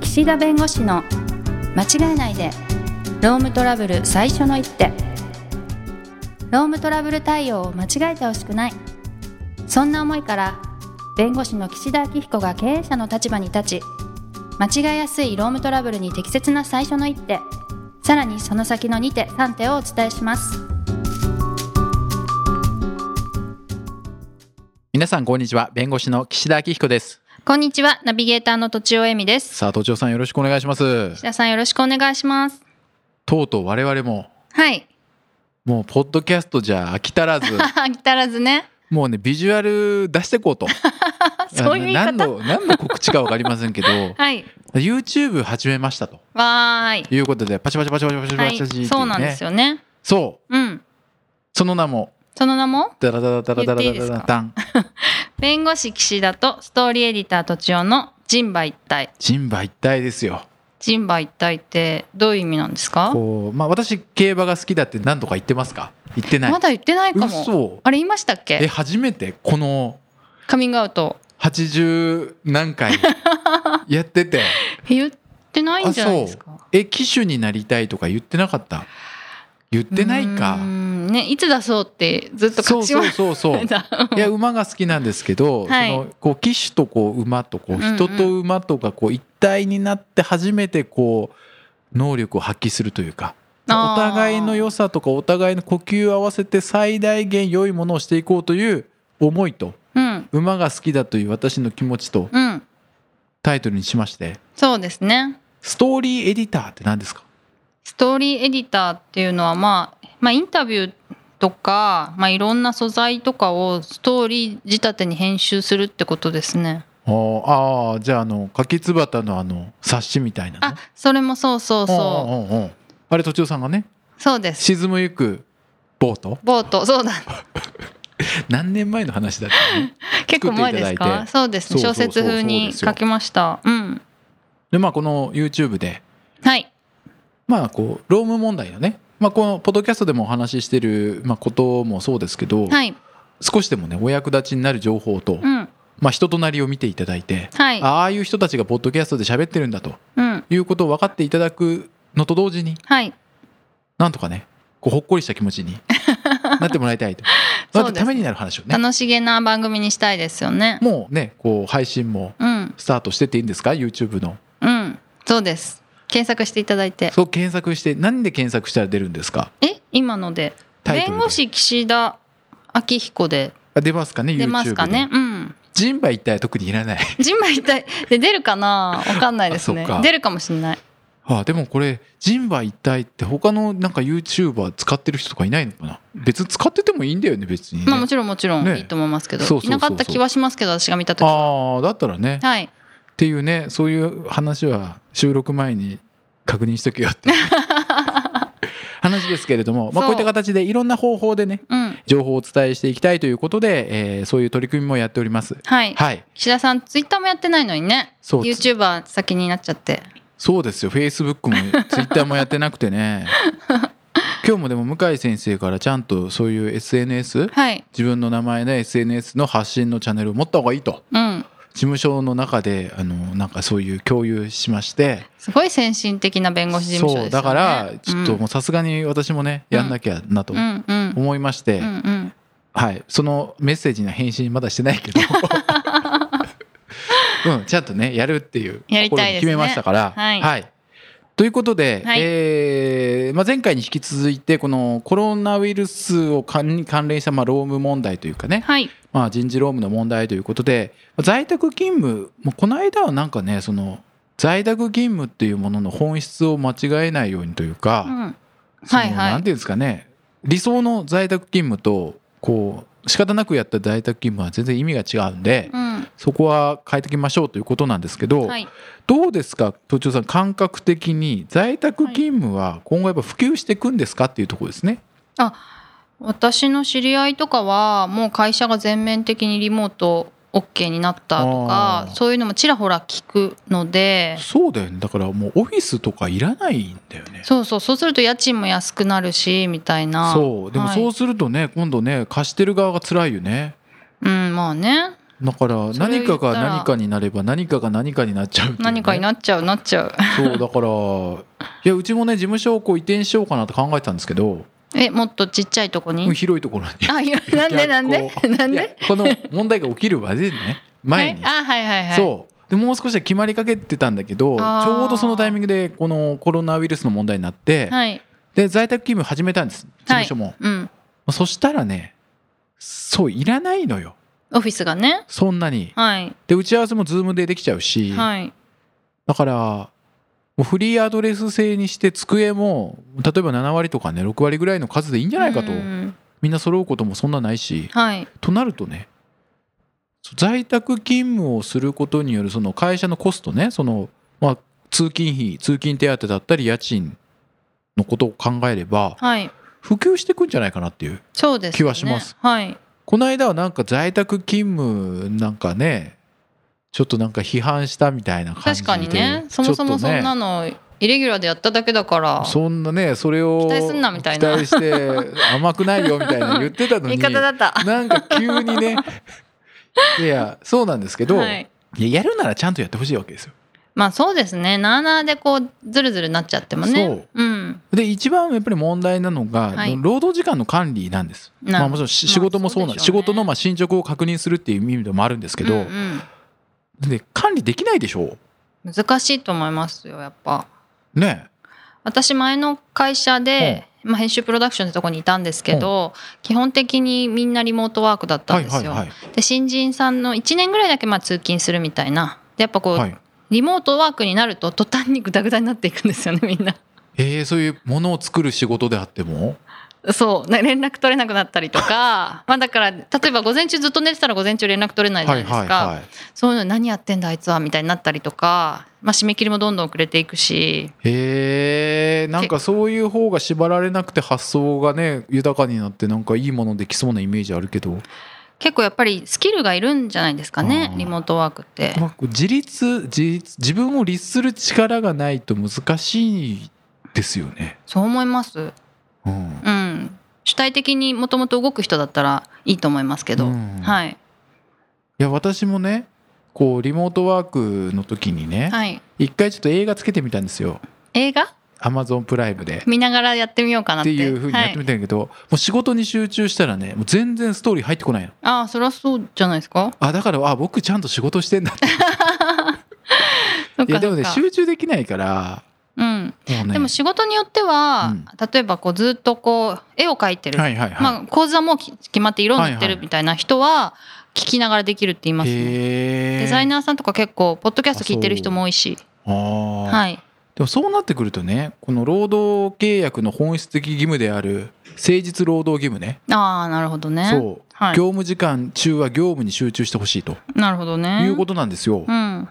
岸田弁護士の間違えないでロームトラブル最初の一手ロームトラブル対応を間違えてほしくないそんな思いから弁護士の岸田明彦が経営者の立場に立ち間違えやすいロームトラブルに適切な最初の一手さらにその先の2手3手をお伝えします皆さんこんにちは弁護士の岸田明彦ですこんにちはナビゲーターの栃尾恵美ですさあ都庁さんよろしくお願いします岸田さんよろしくお願いしますとうとう我々も はいもうポッドキャストじゃ飽き足 らず飽き足らずねもうねビジュアル出してこうと そういう言いあの何方の何の告知か分かりませんけどはい。 YouTube 始めましたとわーい。いうことでパチパチパチパチパチパチパはチパチ、い、そうなんですよよね。そううん。その名もその名も、ダラダラダラダラ言っていいダでラすダかダン弁護士岸田とストーリーエディターとちおの人馬一体。人馬一体ですよ人馬一体ってどういう意味なんですかこうまあ私競馬が好きだって何とか言ってますか言ってないまだ言ってないかも。嘘あれ言いましたっえけ初めてこのカミングアウト。 80何回やってて言って ないんじゃないですかえ騎手になりたいとか言ってなかった言ってないうーかんね、いつ出そうってずっとそ隠うしそうましそ うそうた。いや馬が好きなんですけど、はいそのこう騎手とこう馬とこううんうん人と馬とかこう一体になって初めてこう能力を発揮するというかおあー互いの良さとかお互いの呼吸を合わせて最大限良いものをしていこうという思いとうん。馬が好きだという私の気持ちとうん。タイトルにしましてそうですね。ストーリーエディターって何ですかストーリーエディターっていうのは、まあ、まあインタビューとか、まあ、いろんな素材とかをストーリー仕立てに編集するってことですね。あーあーじゃああの柿つばたのあの冊子みたいなあそれもそうそうそううんうんうんうんあれ途中さんがねそうです。沈むゆくボートボートそうだ 何年前の話だったのね結構前です作っていただいかてそうですねそう小そうそう説風そうにですよ書きましたうん でまあこの YouTube ではいまあこうローム問題のねまあこのポッドキャストでもお話ししてるまあこともそうですけど、はい少しでもねお役立ちになる情報と、うんまあ人となりを見ていただいて、はいああいう人たちがポッドキャストで喋ってるんだとうんいうことを分かっていただくのと同時にはいなんとかねこうほっこりした気持ち になってもらいたいとそうですなってためになる話をね楽しげな番組にしたいですよねもうねこう配信もうんスタートしてっていいんですか YouTube のうんそうです検索していただいてそう検索して何で検索したら出るんですかえ今のでタイトルで弁護士岸田明彦であ出ますかね YouTube 出ますかねでうん人馬一体は特にいらない人馬一体で出るかなわかんないですあねそっか出るかもしれないあでもこれ人馬一体って他のなんか YouTuber 使ってる人とかいないのかな別に使っててもいいんだよね別にね、まあもちろんもちろんねいいと思いますけどそうそいうそうそなうかった気はしますけど私が見た時はああだったらねはいっていうねそういう話は収録前に確認しとけよって いう話ですけれども、そまあ、うこういった形でいろんな方法でねうん情報をお伝えしていきたいということで、えーそういう取り組みもやっておりますはいはい岸田さんツイッターもやってないのにねそう YouTuber 先になっちゃってそうですよフェイスブックもツイッターもやってなく てね今日もでも向井先生からちゃんとそういう SNS はい自分の名前の SNS の発信のチャンネルを持った方がいいとうん事務所の中であのなんかそういう共有しましてすごい先進的な弁護士事務所そうですよねだからちょっとうんもうさすがに私もね、うんやんなきゃなとうんうん思いまして、うんうんはいそのメッセージの返信まだしてないけど うんちゃんとねやるっていうやりたいですね決めましたからはいということで、はいえーまあ、前回に引き続いてこのコロナウイルスを関関連したまあ労務問題というかね、はいまあ、人事労務の問題ということで在宅勤務もうこの間はなんかねその在宅勤務っていうものの本質を間違えないようにというか、うんそのはいはいなんていうんですかね理想の在宅勤務とこう仕方なくやった在宅勤務は全然意味が違うんで、うんそこは変えていきましょうということなんですけど、はいどうですか都庁さん感覚的に在宅勤務は今後やっぱ普及していくんですかっていうところですね。私の知り合いとかはもう会社が全面的にリモート OK になったとあかーそういうのもちらほら聞くのでそうだよねだからもうオフィスとかいらないんだよね。そうそうそうすると家賃も安くなるしみたいなそうでもはいそうするとね、今度ね貸してる側が辛いよねうんまあねだからそれを言何ったからが何かになれば何かが何かになっちゃうっていうね何かになっちゃうなっちゃうそうだからいやうちもね事務所をこう移転しようかなと考えてたんですけどえもっとちっちゃいとこに広いところにあいやなんでなんで 逆光なんいでやこの問題が起きる までね前に、はいあはいはいはいそうでもう少しで決まりかけてたんだけどちあーょうどそのタイミングでこのコロナウイルスの問題になって、はいで在宅勤務始めたんです事務所も、うんそしたらねそういらないのよオフィスがねそんなにはいで打ち合わせもズームでできちゃうし、はいだからもうフリーアドレス制にして机も例えば7割とかね6割ぐらいの数でいいんじゃないかとうんみんな揃うこともそんなないしはいとなるとねそう在宅勤務をすることによるその会社のコストねその、まあ、通勤費通勤手当だったり家賃のことを考えればはい普及していくんじゃないかなっていうそうです、ね、気はしますはいこの間はなんか在宅勤務なんかねちょっとなんか批判したみたいな感じ確でかにねそもそもちょそっとねんなのイレギュラーでやっただけだからそんなねそれを期待すんなみたいな期待して甘くないよみたいな言ってたの 言にい方だったなんか急に ねいやそうなんですけど、はい、いややるならちゃんとやってほしいわけですよ。まあそうですねなあなあでこうズルズルなっちゃってもねそううんで一番やっぱり問題なのが、はい労働時間の管理なんです。なまあ、もちろんし仕事もそうなんまあです、そうでし仕ょうね事のまあ進捗を確認するっていう意味でもあるんですけど、うんで管理できないでしょうん難しいと思いますよやっぱうね私前の会社で、まあ、編集プロダクションってとこにいたんですけど、基本的にみんなリモートワークだったはんいですはいよ、はいで新人さんの1年ぐらいだけまあ通勤するみたいなでやっぱこう、はい。リモートワークになると途端にグダグダになっていくんですよねみんな えー、そういうものを作る仕事であってもそうな連絡取れなくなったりと かまあだから例えば午前中ずっと寝てたら午前中連絡取れないじゃないですか、い。そういうの何やってんだあいつはみたいになったりとか、まあ、締め切りもどんどん遅れていくしへえなんかそういう方が縛られなくて発想がね豊かになってなんかいいものできそうなイメージあるけど、結構やっぱりスキルがいるんじゃないですかねうんリモートワークって。まあ自立自立自分を律する力がないと難しいですよね。そう思います。うんうん。主体的にもともと動く人だったらいいと思いますけど。うんはい。いや私もねこうリモートワークの時にねはい。一、回ちょっと映画つけてみたんですよ映画 Amazon プライムで。見ながらやってみようかなっ。ってていうふうにやってはい、みたんだけど、もう仕事に集中したらねもう全然ストーリー入ってこないの。ああ、そりゃそうじゃないですか。あだからあ僕ちゃんと仕事してんだってそっかそいやでもっねか。集中できないからうん。もうねでも仕事によっては、うん例えばこうずっとこう絵を描いてる。はいはいはい、まあ構図はもうき決まって色塗ってはいるはいみたいな人は聞きながらできるって言いますね。へえデザイナーさんとか結構ポッドキャスト聞いてる人も多いし、あーはい、でもそうなってくるとねこの労働契約の本質的義務である誠実労働義務ねああなるほどね。そう、はい業務時間中は業務に集中してほしいとなるほどね。いうことなんですよ、うん、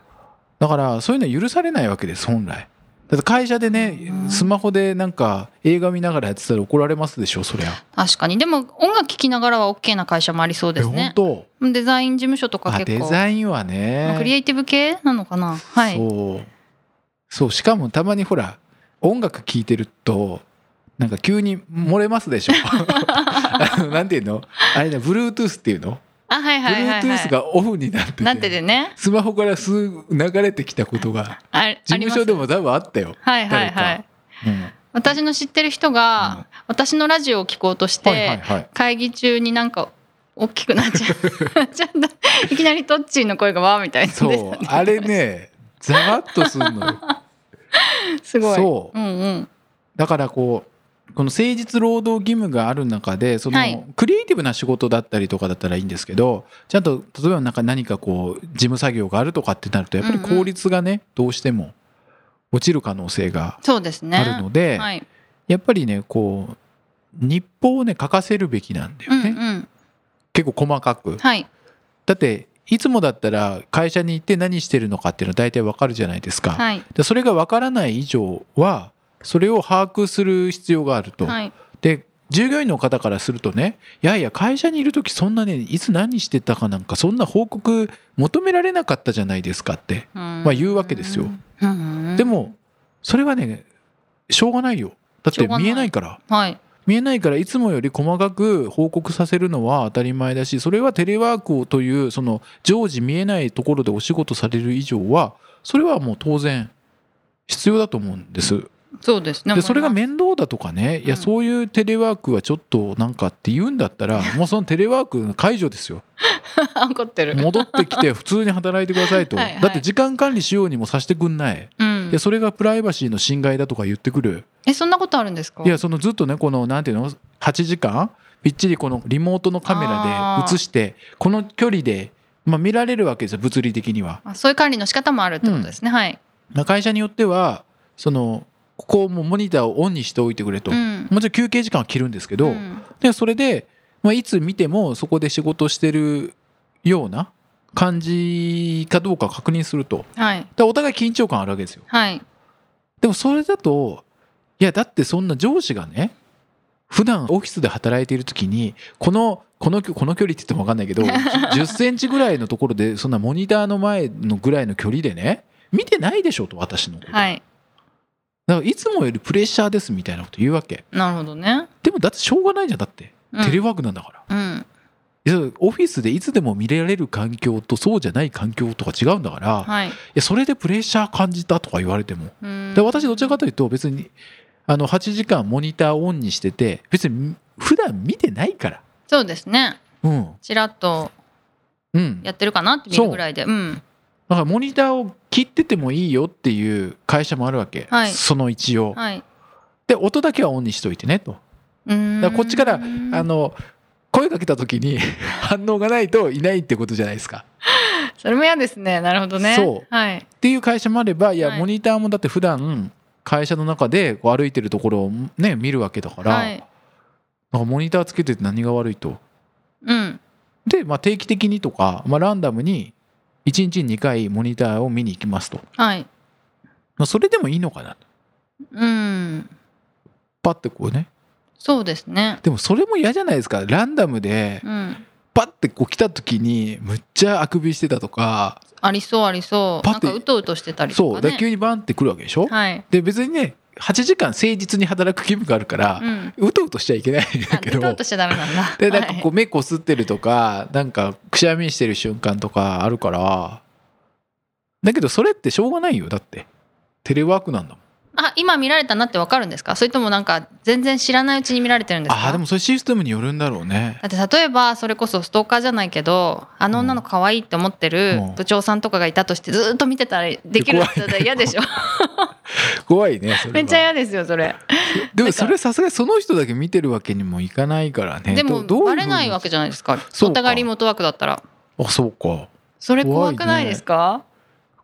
だからそういうのは許されないわけです本来だって会社でねうんスマホでなんか映画見ながらやってたら怒られますでしょそりゃ確かにでも音楽聴きながらは OK な会社もありそうですえね本デザイン事務所と当かあ結デ構、ザインはまねあクリエイティブ系なのかなはいそうそうしかもたまにほら音楽聴いてるとなんか急に漏れますでしょあ の なんていうのあれだ Bluetooth っていうの、あはいはいはい、はい、 Bluetooth がオフになっててなっててねスマホからすぐ流れてきたことがああ事り務ます所でも多分あったよ、はいはいは誰いかうん私の知ってる人が、うん私のラジオを聞こうとして、はいはいはい会議中になんか大きくなっちゃ うちょっといきなりトッチーの声がわーみたいなそううあれねざわっとするのよ すごいそううんうんだからこうこの誠実労働義務がある中でその、はいクリエイティブな仕事だったりとかだったらいいんですけどちゃんと例えばなんか何かこう事務作業があるとかってなるとやっぱりうんうん効率がね、どうしても落ちる可能性がそうですねあるので、はいやっぱりねこう日報をね書かせるべきなんだようね、んうん結構細かく。はいだっていつもだったら会社に行って何してるのかっていうのは大体わかるじゃないですか。はいでそれがわからない以上はそれを把握する必要があると。はいで従業員の方からするとねいやいや会社にいる時そんなねいつ何してたかなんかそんな報告求められなかったじゃないですかってままあ言うわけですようんうんでもそれはねしょうがないよだっしょてうがない見えないからはい見えないからいつもより細かく報告させるのは当たり前だしそれはテレワークをというその常時見えないところでお仕事される以上はそれはもう当然必要だと思うんです。そうですねでそれが面倒だとかねいやうんそういうテレワークはちょっとなんかって言うんだったらもうそのテレワークの解除です よ 怒ってる、戻ってきて普通に働いてくださいとはいはいだって時間管理しようにもさせてくんないうんいや、それがプライバシーの侵害だとか言ってくるえそんなことあるんですかいやそのずっとねこのなんていうの8時間びっちりこのリモートのカメラあでー映してこの距離で、まあ、見られるわけですよ物理的には。あそういう管理の仕方もあるってことですね、はい、まあ会社によってはそのここをもうモニターをオンにしておいてくれと、うんもちろん休憩時間は切るんですけど、んでそれで、まあ、いつ見てもそこで仕事してるような感じかどうか確認するとだかはいらお互い緊張感あるわけですよ。はいでもそれだといやだってそんな上司がね普段オフィスで働いている時にこのこの距この距離って言っても分かんないけど 10センチぐらいのところでそんなモニターの前のぐらいの距離でね見てないでしょと私のこと、はいだからいつもよりプレッシャーですみたいなこと言うわけなるほどね、でもだってしょうがないじゃんだってうん、テレワークなんだから、うんいやオフィスでいつでも見られる環境とそうじゃない環境とか違うんだから、いはいやそれでプレッシャー感じたとか言われてもうんで私どちらかというと別にあの8時間モニターオンにしてて別に普段見てないからそうですねうんちらっとうんだやってるかなって見るぐらいでうんからモニターを切っててもいいよっていう会社もあるわけ、はいその一応、はいで音だけはオンにしといてねとうんだからこっちからああの声かけた時に 反応がないといないってことじゃないですかそれも嫌ですねなるほどねそうはいっていう会社もあればいや、はいモニターもだって普段会社の中でこう歩いてるところをね見るわけだから、はいなんかモニターつけてて何が悪いとうんで、まあ、定期的にとか、まあ、ランダムに1日に2回モニターを見に行きますと、はいまあ、それでもいいのかなうんパッてこうねそうですねでもそれも嫌じゃないですかランダムでうんパッてこう来た時にむっちゃあくびしてたとかありそうありそうパなッんてかうとうとしてたりそとうかだからね急にバンって来るわけでしょ、はいで別にね8時間誠実に働く義務があるからう、んうとうとしちゃいけないんだあけうとどうとしちゃダメなんだでなんかこはう目こすってるとかなんかくしゃみしてる瞬間とかあるからだけどそれってしょうがないよだってテレワークなんだもんいあ今見られたなってわかるんですかそれともなんか全然知らないうちに見られてるんですかああでもそれシステムによるんだろうねだって例えばそれこそストーカーじゃないけどあの女の子可愛いって思ってるうん部長さんとかがいたとしてずーっと見てたりできるって言ったら嫌でしょ怖いねそれはめっちゃ嫌ですよそれでもそれさすがにその人だけ見てるわけにもいかないからねでもどどううふうバにレないわけじゃないですかそうおか互いリモートワークだったらあそうかそれ怖くないですか、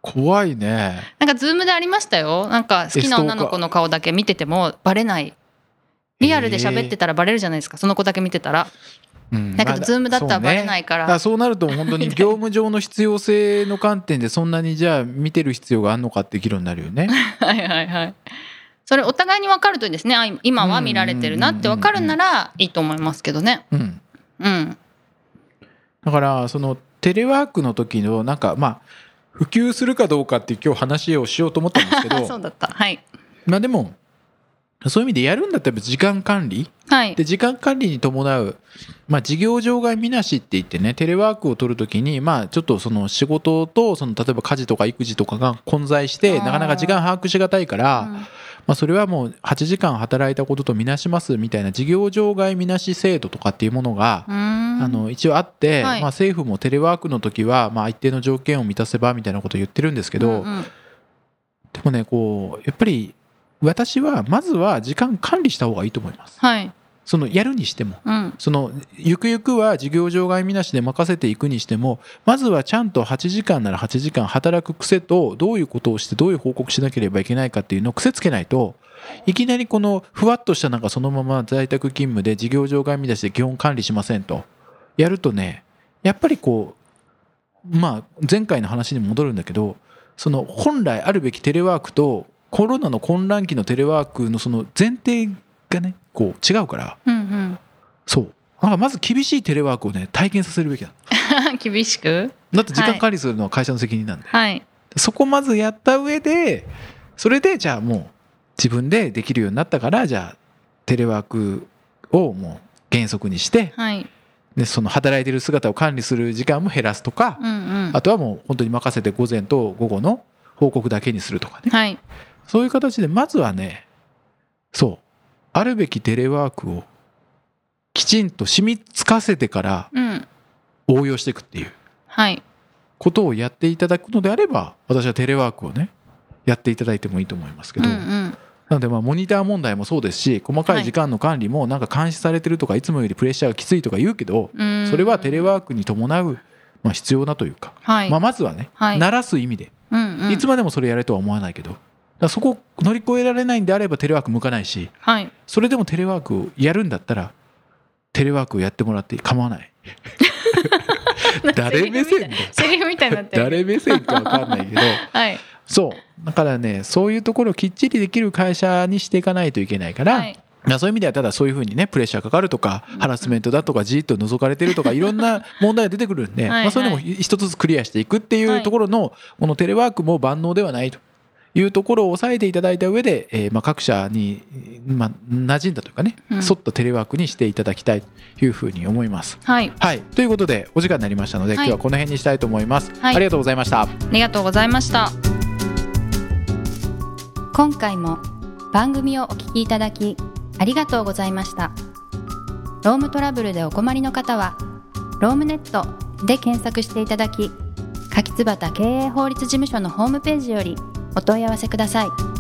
怖いねなんかズームでありましたよなんか好きな女の子の顔だけ見ててもバレないリアルで喋ってたらバレるじゃないですかその子だけ見てたらうんだけどズームだったらバレないいかだかららそうなると本当に業務上の必要性の観点でそんなにじゃあ見てる必要があるのかって議論になるよ ね。はいはいはいそれお互いに分かるといいですねあ今は見られてるなって分かるならいいと思いますけどねうん、うんだからそのテレワークの時のなんかまあ普及するかどうかっていう今日話をしようと思ったんです けそうどだったはいまあでもそういう意味でやるんだったらやっぱ時間管理はいで時間管理に伴う、まあ、事業場外みなしって言ってねテレワークを取るときに、まあ、ちょっとその仕事とその例えば家事とか育児とかが混在してあーなかなか時間把握しがたいから、うんまあ、それはもう8時間働いたこととみなしますみたいな事業場外みなし制度とかっていうものが、ああの一応あって、はいまあ、政府もテレワークの時はまあ一定の条件を満たせばみたいなことを言ってるんですけど、でもねこうやっぱり私はまずは時間管理した方がいいと思います。はいそのやるにしてもうんそのゆくゆくは事業場外みなしで任せていくにしてもまずはちゃんと8時間なら8時間働く癖とどういうことをしてどういう報告しなければいけないかっていうのを癖つけないといきなりこのふわっとしたなんかそのまま在宅勤務で事業場外みなしで基本管理しませんとやるとねやっぱりこうまあ前回の話に戻るんだけどその本来あるべきテレワークとコロナの混乱期のテレワークのその前提がねこう違うから。うん そう。なんかまず厳しいテレワークをね、体験させるべきだ。うん厳しくだって時は間い管理するのは会社の責任なんで。はいそこまずやった上で、それでじゃあもう自分でできるようになったから、じゃあテレワークをもう原則にしてはい。でその働いてる姿を管理する時間も減らすとか、うんうん。あとはもう本当に任せて午前と午後の報告だけにするとかねはい。そういう形でまずはねそうあるべきテレワークをきちんと染みつかせてからうん。応用していくっていうはい。ことをやっていただくのであれば私はテレワークをねやっていただいてもいいと思いますけうんど、うん。なのでまあモニター問題もそうですし細かい時間の管理もなんか監視されてるとかいつもよりプレッシャーがきついとか言うけどうん。それはテレワ。ワークに伴うまあ必要なというか、はい。まあ、まずはね、はい鳴らす意味でうんうん。いつまでもそれやれとは思わないけどだからそこを乗り越えられないんであればテレワーク向かないしはい。それでもテレワークをやるんだったらテレワークをやってもらって構わない 誰目線だセリフみたいになってる。誰目線か分かんないけどはい。そうだからねそういうところをきっちりできる会社にしていかないといけないから、はい。まあそういう意味ではただそういうふうにねプレッシャーかかるとかハラスメントだとかじーっと覗かれてるとかいろんな問題が出てくるんではいはいまあそういうのも一つずつクリアしていくっていはういところのこのテレワークも万能ではないというところを抑えていただいた上で、えーまあ各社に、まあ、馴染んだというかね、うん沿ったテレワークにしていただきたいというふうに思います。はい。はい、ということでお時間になりましたので、はい今日はこの辺にしたいと思います。はいありがとうございましたありがとうございました。今回も番組をお聞きいただきありがとうございましたロームトラブルでお困りの方は「ロームネット」で検索していただき柿椿経営法律事務所のホームページよりお問い合わせください